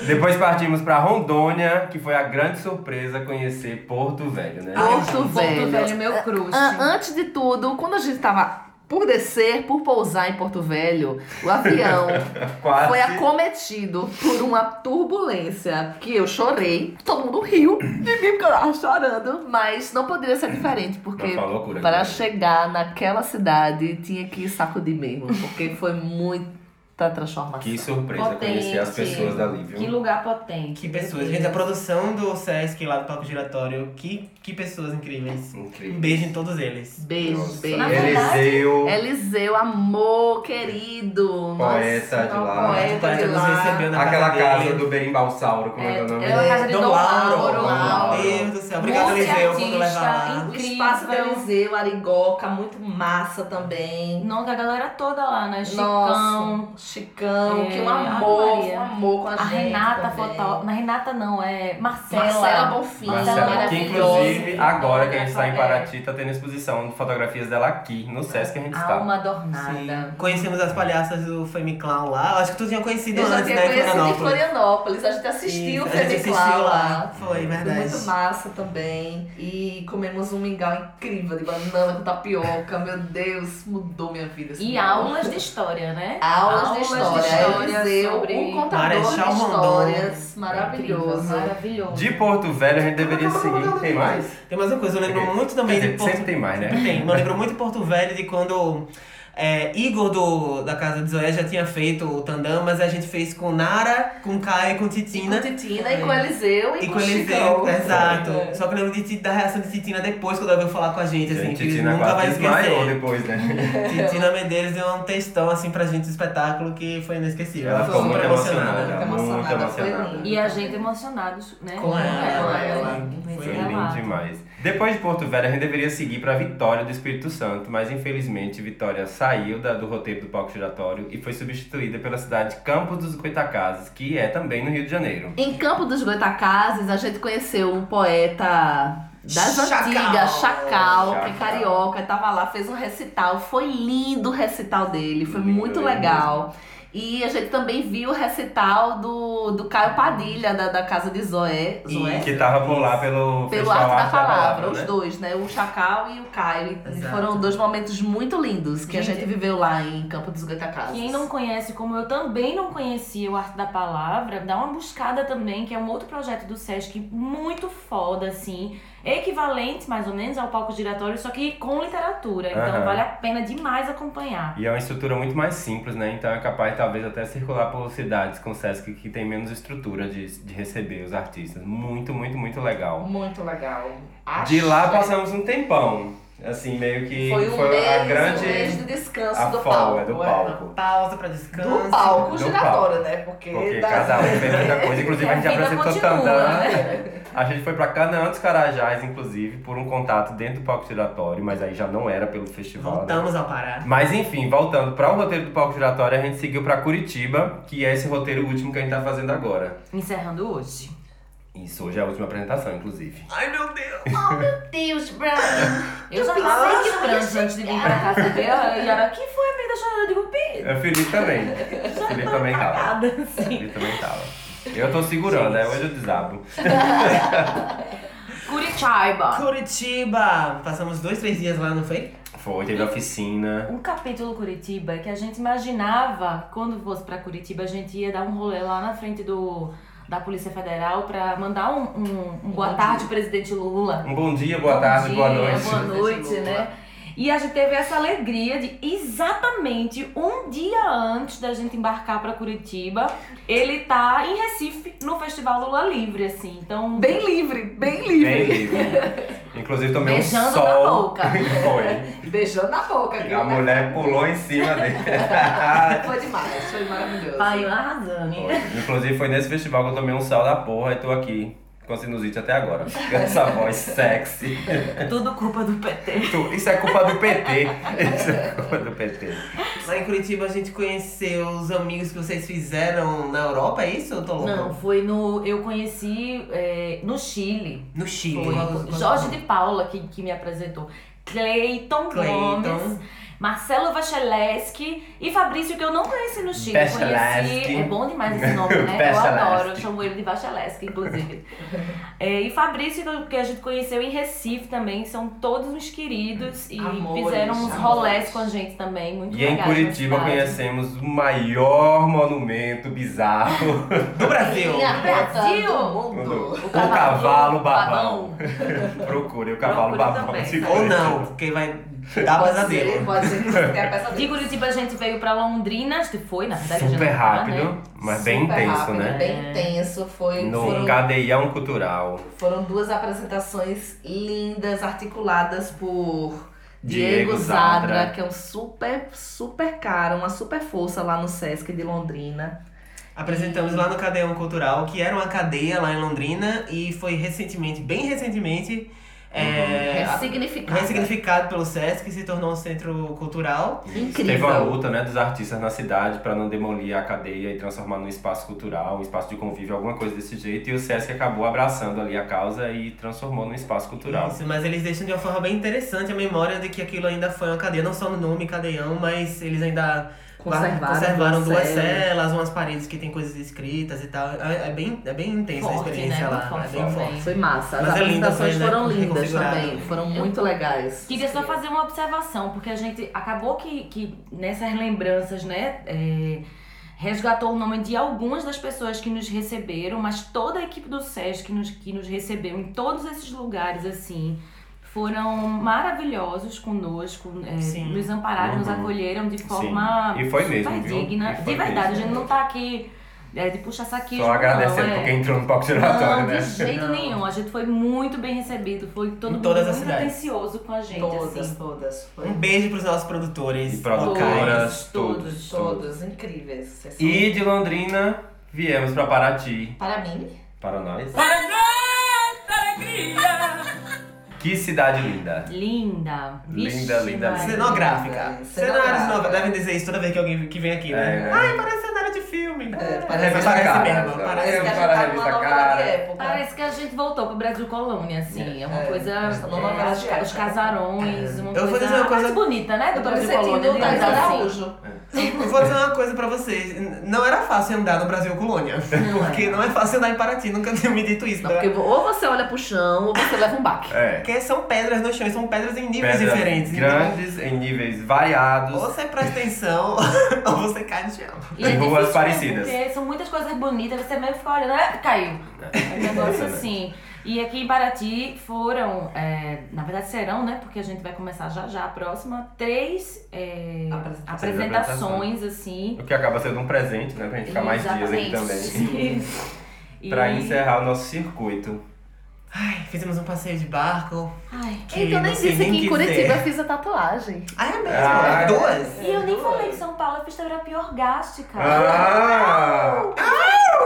S2: Depois partimos pra Rondônia, que foi a grande surpresa conhecer Porto Velho, né?
S6: Porto
S1: Porto
S6: Velho.
S1: Velho, meu crush.
S6: An- antes de tudo, quando a gente tava por descer, por pousar em Porto Velho, o avião
S2: Quase.
S6: foi acometido por uma turbulência que eu chorei. Todo mundo riu de mim porque eu tava chorando, mas não poderia ser diferente,
S2: Mas
S6: porque
S2: foi uma Tá, loucura.
S6: para
S2: cara.
S6: chegar naquela cidade tinha que sacudir mesmo, porque foi muita transformação.
S2: Que surpresa
S1: Potente.
S2: conhecer as pessoas dali, viu?
S1: Que lugar potente.
S3: Que pessoas. Gente, a produção do Sesc lá do Palco Giratório, que, que pessoas incríveis. Um
S2: Incrível.
S3: beijo em todos eles.
S6: Beijo,
S2: Nossa.
S6: beijo. é
S1: Na verdade-
S2: Eliseu.
S6: Eliseu, amor, querido.
S2: Poeta
S6: Nossa, um
S2: de lá.
S3: O
S6: Poeta de
S3: Poeta nos recebeu
S6: lá.
S3: na
S2: Aquela
S3: casa
S2: casa
S3: dele.
S2: do Berimbalsauro, como é, que é o nome?
S1: É, é a casa de
S3: Dom
S1: Dom
S3: Lauro.
S1: Lauro.
S3: Meu Deus do céu. Obrigado,
S1: Multi
S3: Eliseu, por me
S1: artista,
S3: levar lá.
S1: incrível.
S6: O espaço do Eliseu, Arigoca, muito massa também.
S1: Nossa, a galera toda lá, né? Chicão,
S6: Nossa, Chicão,
S1: É,
S6: que um
S1: Ave
S6: amor,
S1: Maria.
S6: um amor com a,
S1: A
S6: gente.
S1: Renata
S6: também.
S1: foto... Na Renata não, é Marcela.
S6: Marcela Bonfim,
S2: Marcela, que inclusive,
S6: é maravilhosa.
S2: agora que a gente está em
S6: É.
S2: Paraty, tá tendo exposição de fotografias dela aqui, no Sesc que a
S6: Ah,
S2: gente tá. está.
S1: Alma adornada.
S3: Conhecemos as palhaças do Femi Clown lá. Eu Acho que tu tinha conhecido
S6: Eu já
S3: antes,
S6: tinha
S3: né, em
S6: conhecido em
S3: Florianópolis.
S6: Florianópolis. A gente
S3: Isso,
S6: assistiu o
S3: a gente
S6: Felipe
S3: assistiu
S6: Clau
S3: lá.
S6: lá.
S3: Foi,
S6: Foi
S3: É verdade.
S6: muito massa também. E comemos um mingau incrível de banana com tapioca. Meu Deus, mudou minha vida. esse
S1: E
S6: mingau.
S1: aulas de história, né? Aulas
S6: Aulas, de
S1: de
S6: história.
S1: história
S6: Eliseu,
S1: sobre-
S6: um contador
S3: Marechal
S6: de
S3: Rondon. É né?
S6: histórias.
S1: É Incrível,
S6: Maravilhoso.
S1: Maravilhoso.
S2: De Porto Velho, a gente deveria
S3: Calma, calma,
S2: seguir.
S3: calma,
S2: Tem
S3: calma.
S2: mais?
S3: Tem mais uma coisa, eu lembro
S2: Ok.
S3: muito também
S2: É Quer
S3: de
S2: dizer,
S3: Porto...
S2: sempre tem mais, né?
S3: Tem, eu lembro muito de Porto Velho, de quando é, Igor do, da Casa de Zoé já tinha feito o Tandam, mas a gente fez com Nara, com Caio e com
S6: E com
S3: Titina.
S6: Titina, e com Eliseu, e,
S3: É. E
S6: com,
S3: com Eliseu, né?
S6: Chicão.
S3: exato.
S6: É.
S3: Só que eu lembro de Ti- da reação de Titina depois, quando ela veio falar com a gente, assim,
S2: Gente,
S3: que
S2: Tina
S3: nunca vai
S2: quase desmaiou
S3: esquecer.
S2: depois, né?
S3: Titina Medeiros deu um textão, assim, pra gente do espetáculo que foi inesquecível.
S2: Ela ficou
S6: muito
S3: super
S2: emocionada. né?
S6: Muito emocionada,
S2: Muito
S6: foi
S2: emocionada.
S6: lindo.
S1: E a gente emocionados, né?
S3: Com ela,
S1: Com né?
S3: ela.
S1: Com
S2: Foi
S1: esse
S2: lindo
S1: relato.
S2: demais. Depois de Porto Velho, a gente deveria seguir pra Vitória do Espírito Santo, mas infelizmente Vitória saiu da- do roteiro do palco giratório e foi substituída pela cidade de Campos dos Goitacazes, que é também no Rio de Janeiro.
S8: Em Campo dos Goitacazes, a gente conheceu um poeta das
S3: Chacal.
S8: antigas, Chacal, que é
S2: Chacal.
S8: carioca, tava lá, fez um recital. Foi lindo o recital dele, foi
S2: Lindo,
S8: muito
S2: lindo.
S8: legal. E a gente também viu o recital do, do Caio Padilha, da, da Casa de Zoé. Zoé?
S2: E que tava por lá pelo,
S8: é? Pelo
S2: Festival
S8: Arte da Palavra, os
S2: né?
S8: dois, né? O Chacal e o Caio. E
S3: Exato.
S8: foram dois momentos muito lindos que a
S1: Gente,
S8: gente viveu lá em Campo dos Goitacazes.
S1: Quem não conhece, como eu também não conhecia o Arte da Palavra, dá uma buscada também, que é um outro projeto do Sesc muito foda, assim. Equivalente, mais ou menos, ao palco giratório, só que com literatura. Então
S2: Aham.
S1: vale a pena demais acompanhar.
S2: E é uma estrutura muito mais simples, né? Então é capaz, talvez, até circular por cidades com Sesc que tem menos estrutura de, de receber os artistas. Muito, muito, muito legal.
S6: Muito legal.
S2: De lá
S6: Achei.
S2: passamos um tempão. Assim, meio que
S6: Foi
S2: foi,
S6: um mês,
S2: a grande.
S6: um mês de descanso
S2: a
S6: do
S2: folga
S6: palco.
S2: do
S6: é.
S2: palco.
S3: Pausa pra descanso.
S6: Do palco
S2: Do
S6: giratório,
S2: palco.
S6: né? Porque, assim,
S2: Porque
S6: da-
S2: cada um fez muita coisa. Inclusive, a gente
S1: A vida
S2: apresentou
S1: continua,
S2: Tandã.
S6: né?
S2: A gente foi pra Canaã dos Carajás, inclusive, por um contato dentro do palco giratório, mas aí já não era pelo festival. né?
S3: Voltamos ao Pará.
S2: Mas enfim, voltando para o roteiro do palco giratório, a gente seguiu pra Curitiba, que é esse roteiro último que a gente tá fazendo agora.
S1: Encerrando hoje.
S2: Isso hoje é a última apresentação, inclusive.
S3: Ai, meu Deus.
S6: Deus, Brian.
S1: Eu já passei de franja antes de vir pra casa dela. E ela, que foi, amiga? Chorando. Eu digo, "Pi,
S2: É, O Felipe também. O Felipe também tava.
S1: nada,
S2: O
S1: assim.
S2: Felipe também tava. Eu tô segurando, é hoje eu desabo.
S1: Curitiba.
S3: Curitiba! Passamos dois, três dias lá, não foi?
S2: Foi, teve
S1: Uhum.
S2: oficina.
S1: Um capítulo Curitiba é que a gente imaginava quando fosse pra Curitiba a gente ia dar um rolê lá na frente do da Polícia Federal pra mandar um, um- um boa tarde presidente Lula.
S2: Um bom dia, boa
S1: Bom
S2: tarde, boa
S1: dia,
S2: noite.
S1: Boa noite,
S6: Presidente Lula.
S1: né? E a gente teve essa alegria de exatamente um dia antes da gente embarcar pra Curitiba, ele tá em Recife no Festival Lula Livre assim. Então,
S8: Bem livre, bem
S2: um Bem
S8: livre.
S2: livre. Inclusive tomei um
S1: Beijando na
S2: sol.
S1: boca.
S2: Foi.
S6: Beijando na boca.
S2: A
S6: viu, né?
S2: mulher pulou em cima dele.
S6: Foi demais, foi maravilhoso.
S1: pai tá arrasando. hein?
S2: Foi. Inclusive foi nesse festival que eu tomei um sal da porra e tô aqui com sinusite até agora. Com essa voz sexy.
S1: Tudo culpa do PT.
S2: Tu- Isso é culpa do PT. Isso é culpa do PT.
S3: Lá em Curitiba a gente conheceu os amigos que vocês fizeram na Europa, é isso? Eu tô louco?
S1: Não, foi no. Eu conheci é, no Chile.
S3: No Chile.
S1: Foi.
S3: Qual- qual-
S1: Jorge de Paula que, que me apresentou. Cleiton
S3: Clayton.
S1: Gomes, Marcelo Vacheleski e Fabrício, que eu não conheci no Chile.
S2: Vacheleski.
S1: Conheci. É bom demais esse nome, né? Eu
S2: Vacheleski.
S1: adoro. Eu chamo ele de Vacheleski, inclusive. É, e Fabrício, que a gente conheceu em Recife também, são todos uns queridos e
S6: Amores,
S1: fizeram uns
S6: amores.
S1: rolés com a gente também. Muito
S2: E em
S1: legais na
S2: Curitiba
S1: cidade.
S2: conhecemos o maior monumento bizarro.
S3: Do Brasil.
S6: Minha preta
S1: Brasil.
S6: do
S2: O,
S6: mundo.
S2: o cavalo
S1: cavalo
S2: babão. Procure o cavalo
S1: Procure
S2: babão.
S1: também.
S2: de
S3: Ou
S2: Curitiba.
S3: não, porque vai dar
S6: Pode ser,
S3: pesadelo.
S6: pode ser que você tenha pesadelo.
S1: De Curitiba a gente veio pra Londrina, acho que foi, na verdade. já
S2: Super
S1: não tá,
S2: rápido,
S1: né?
S2: mas bem
S6: Super
S2: intenso,
S6: rápido,
S2: né?
S6: Bem intenso. Foi,
S2: No
S6: foram,
S2: cadeião cultural.
S6: foram duas apresentações lindas, articuladas por
S2: Diego
S6: Diego, Zadra,
S2: Zadra.
S6: que é um super, super cara, uma super força lá no Sesc de Londrina.
S3: Apresentamos lá no Cadeão Cultural, que era uma cadeia lá em Londrina e foi recentemente, bem recentemente,
S1: Uhum.
S3: é, a-
S6: Ressignificado.
S3: ressignificado pelo SESC, que se tornou um centro cultural.
S2: Teve uma
S6: Incrível.
S2: luta né, dos artistas na cidade para não demolir a cadeia e transformar num espaço cultural, um espaço de convívio, alguma coisa desse jeito. E o Sesc acabou abraçando ali a causa e transformou num espaço cultural.
S3: Isso, mas eles deixam de uma forma bem interessante a memória de que aquilo ainda foi uma cadeia, não só no nome cadeião, mas eles ainda
S6: Conservaram
S3: guarda- conservaram
S6: duas
S3: duas
S6: celas.
S3: celas, umas paredes que tem coisas escritas e tal. É, é bem, é bem intensa a
S6: Forte,
S3: experiência
S6: né?
S3: lá, é
S6: Forte
S3: bem
S6: também.
S3: forte.
S8: Foi massa. As
S3: Mas é lindo,
S8: apresentações
S3: foi, né?
S8: foram lindas
S3: Reconfigurado.
S8: também. Foram muito legais.
S1: Queria só fazer uma observação, porque a gente acabou que, que nessas lembranças, né? é, resgatou o nome de algumas das pessoas que nos receberam, mas toda a equipe do SESC que nos, que nos recebeu em todos esses lugares, assim, foram maravilhosos conosco, é,
S3: Sim.
S1: nos ampararam, nos
S2: Uhum.
S1: acolheram de
S2: Sim.
S1: forma
S2: E foi
S1: super
S2: mesmo, viu?
S1: digna.
S2: E foi
S1: de verdade,
S2: mesmo.
S1: a gente não tá aqui é, de puxar saquismo,
S2: Só agradecendo
S1: não, é.
S2: porque entrou no palco giratório,
S1: Não,
S2: né?
S1: de jeito
S3: Não.
S1: nenhum. A gente foi muito bem recebido. Foi todo mundo
S3: todas as
S1: muito
S3: cidades.
S1: atencioso com a gente,
S6: Todas,
S1: assim.
S6: todas. Foi-
S3: Um beijo pros nossos produtores.
S2: E produtoras,
S1: Todos,
S2: todos,
S6: Todos,
S2: todos.
S6: todos. Incríveis. Vocês são-
S2: E de Londrina viemos para Paraty,
S6: Para mim,
S2: Paraná. Que cidade linda!
S1: Linda. Vixe,
S2: Linda, linda,
S1: Maria.
S2: linda.
S3: Cenográfica.
S6: É,
S3: Cenários
S6: cenográfica.
S3: novos. Devem dizer isso toda vez que alguém que vem aqui,
S2: É,
S3: né?
S2: né?
S3: Ai, parece cenário de filme.
S6: É,
S3: É,
S6: parece
S2: essa cara,
S3: mesmo.
S2: né?
S3: Parece
S6: parece que a
S2: para
S6: gente
S2: a
S6: tá
S2: revista
S6: numa novela
S2: Cara.
S6: de época.
S1: Parece que a gente voltou pro Brasil Colônia, assim. É, uma
S6: É,
S1: coisa.
S6: essa novela
S1: é, os,
S6: asiática.
S1: os casarões, uma
S3: Eu vou
S1: coisa.
S3: dizer uma
S1: a parte
S3: coisa-
S1: bonita, né? Do
S6: Eu tô
S1: Brasil
S6: me sentindo
S1: Colônia. assim. de
S6: Thais
S1: Thais
S6: Araújo.
S3: Eu Vou dizer uma coisa pra vocês. N- Não era fácil andar no Brasil Colônia. Porque não é fácil andar em Paraty. Nunca tinha me dito isso.
S8: Não,
S3: né?
S8: porque ou você olha pro chão ou você leva um baque.
S2: É.
S3: Porque são pedras no chão. e São pedras em níveis
S2: Pedras
S3: diferentes. então,
S2: Grandes, em níveis variados.
S3: ou você presta atenção, ou você cai no chão.
S1: E é
S2: Em ruas
S1: difícil mesmo,
S2: parecidas.
S1: Porque são muitas coisas bonitas, você mesmo fica olhando, ah, caiu. É um negócio assim. E aqui em Paraty foram, é, na verdade serão, né? Porque a gente vai começar já já a próxima, três é,
S6: Apresentações.
S1: apresentações, assim.
S2: O que acaba sendo um presente, né? Pra gente ficar mais dias aqui também.
S1: Exatamente. E-
S2: Pra encerrar o nosso circuito.
S3: Ai, fizemos um passeio de barco.
S1: Ai,
S3: Que
S8: Então nem
S3: não sei
S8: disse que
S3: nem
S8: em
S3: o dizer.
S8: Curitiba eu fiz a tatuagem.
S3: Ah, é mesmo?
S2: Ah, é.
S3: Duas?
S1: E eu nem falei de São Paulo, eu fiz terapia orgástica.
S2: Ah!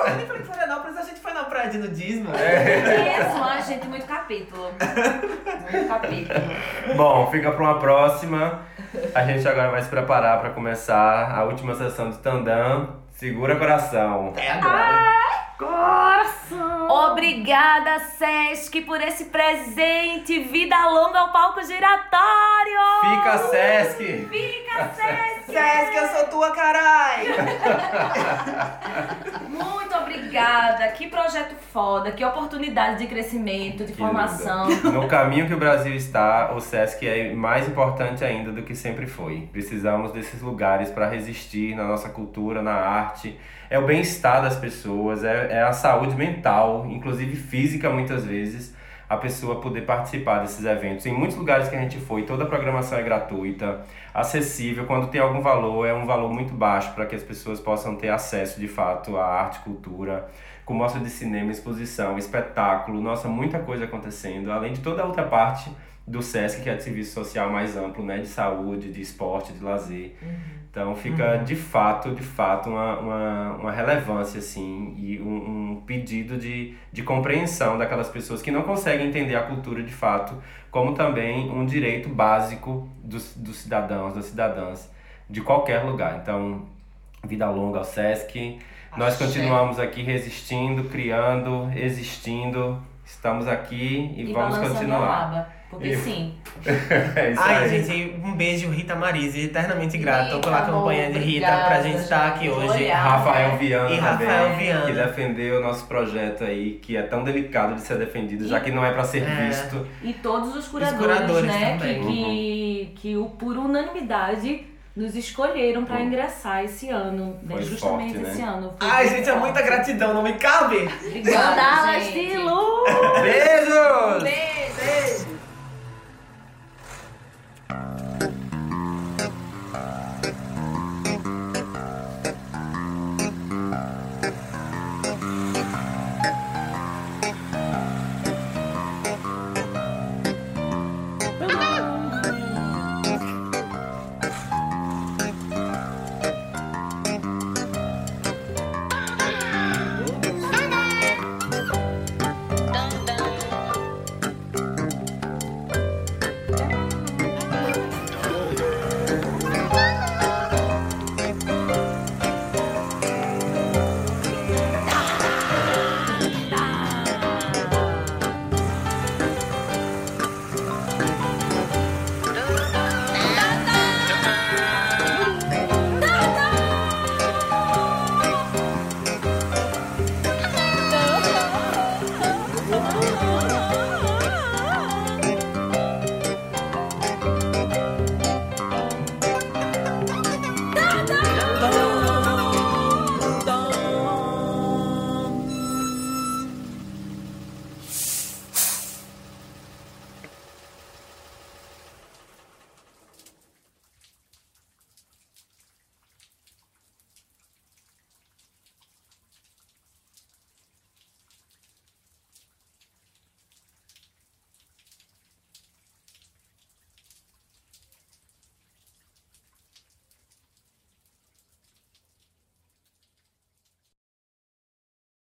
S3: Eu nem falei em Florianópolis, a gente foi na praia de nudismo.
S2: É.
S1: Mesmo, ai, gente, muito capítulo. Muito capítulo.
S2: Bom, fica pra uma próxima. A gente agora vai se preparar pra começar a última sessão do Tandam. Segura coração.
S3: É
S8: Ah,
S3: agora.
S1: Obrigada, Sesc, por esse presente. Vida longa ao palco giratório.
S2: Fica Sesc!
S1: Fica, Sesc.
S3: Sesc, eu sou tua, carai!
S1: Muito obrigada. Que projeto foda, que oportunidade de crescimento, de
S2: Que
S1: formação.
S2: No caminho que o Brasil está, o SESC é mais importante ainda do que sempre foi. Precisamos desses lugares para resistir na nossa cultura, na arte. É o bem-estar das pessoas, é, é a saúde mental, inclusive física muitas vezes, a pessoa poder participar desses eventos. Em muitos lugares que a gente foi, toda a programação é gratuita, acessível. Quando tem algum valor, é um valor muito baixo para que as pessoas possam ter acesso de fato à arte, cultura com mostra de cinema, exposição, espetáculo, nossa, muita coisa acontecendo, além de toda a outra parte do SESC, que é de serviço social mais amplo, né, de saúde, de esporte, de lazer. Então fica de fato, de fato, uma, uma, uma relevância, assim, e um, um pedido de, de compreensão daquelas pessoas que não conseguem entender a cultura de fato, como também um direito básico dos, dos cidadãos, das cidadãs, de qualquer lugar. Então, vida longa ao SESC, nós
S6: Axé.
S2: continuamos aqui resistindo, criando, existindo. Estamos aqui e,
S1: E
S2: vamos
S1: balançando a
S2: continuar.
S1: raba. Porque
S2: E-
S1: sim.
S2: É isso
S3: Ai,
S2: aí.
S3: gente, um beijo, Rita Marise, eternamente grata
S6: Rita,
S8: tá
S3: pela
S6: amor,
S3: campanha de Rita
S6: obrigada,
S3: pra gente estar aqui
S6: gente.
S3: hoje.
S6: Olha.
S2: Rafael Viana
S3: E
S2: também,
S3: Rafael Viana.
S2: que defendeu o nosso projeto aí, que é tão delicado de ser defendido, já que não é para ser
S3: É.
S2: visto.
S1: E todos os curadores,
S3: curadores
S1: né? Que,
S3: também.
S2: Uhum.
S1: que, que o- por unanimidade nos escolheram pra
S2: Uhum.
S1: ingressar esse ano. né,
S2: Foi
S1: Justamente
S2: forte, né?
S1: esse ano. Foi
S3: Ai,
S1: muito
S3: gente, é
S1: forte.
S3: muita gratidão, não me cabe!
S1: Obrigada,
S6: gente.
S1: de luz.
S2: Beijos!
S1: Beijo.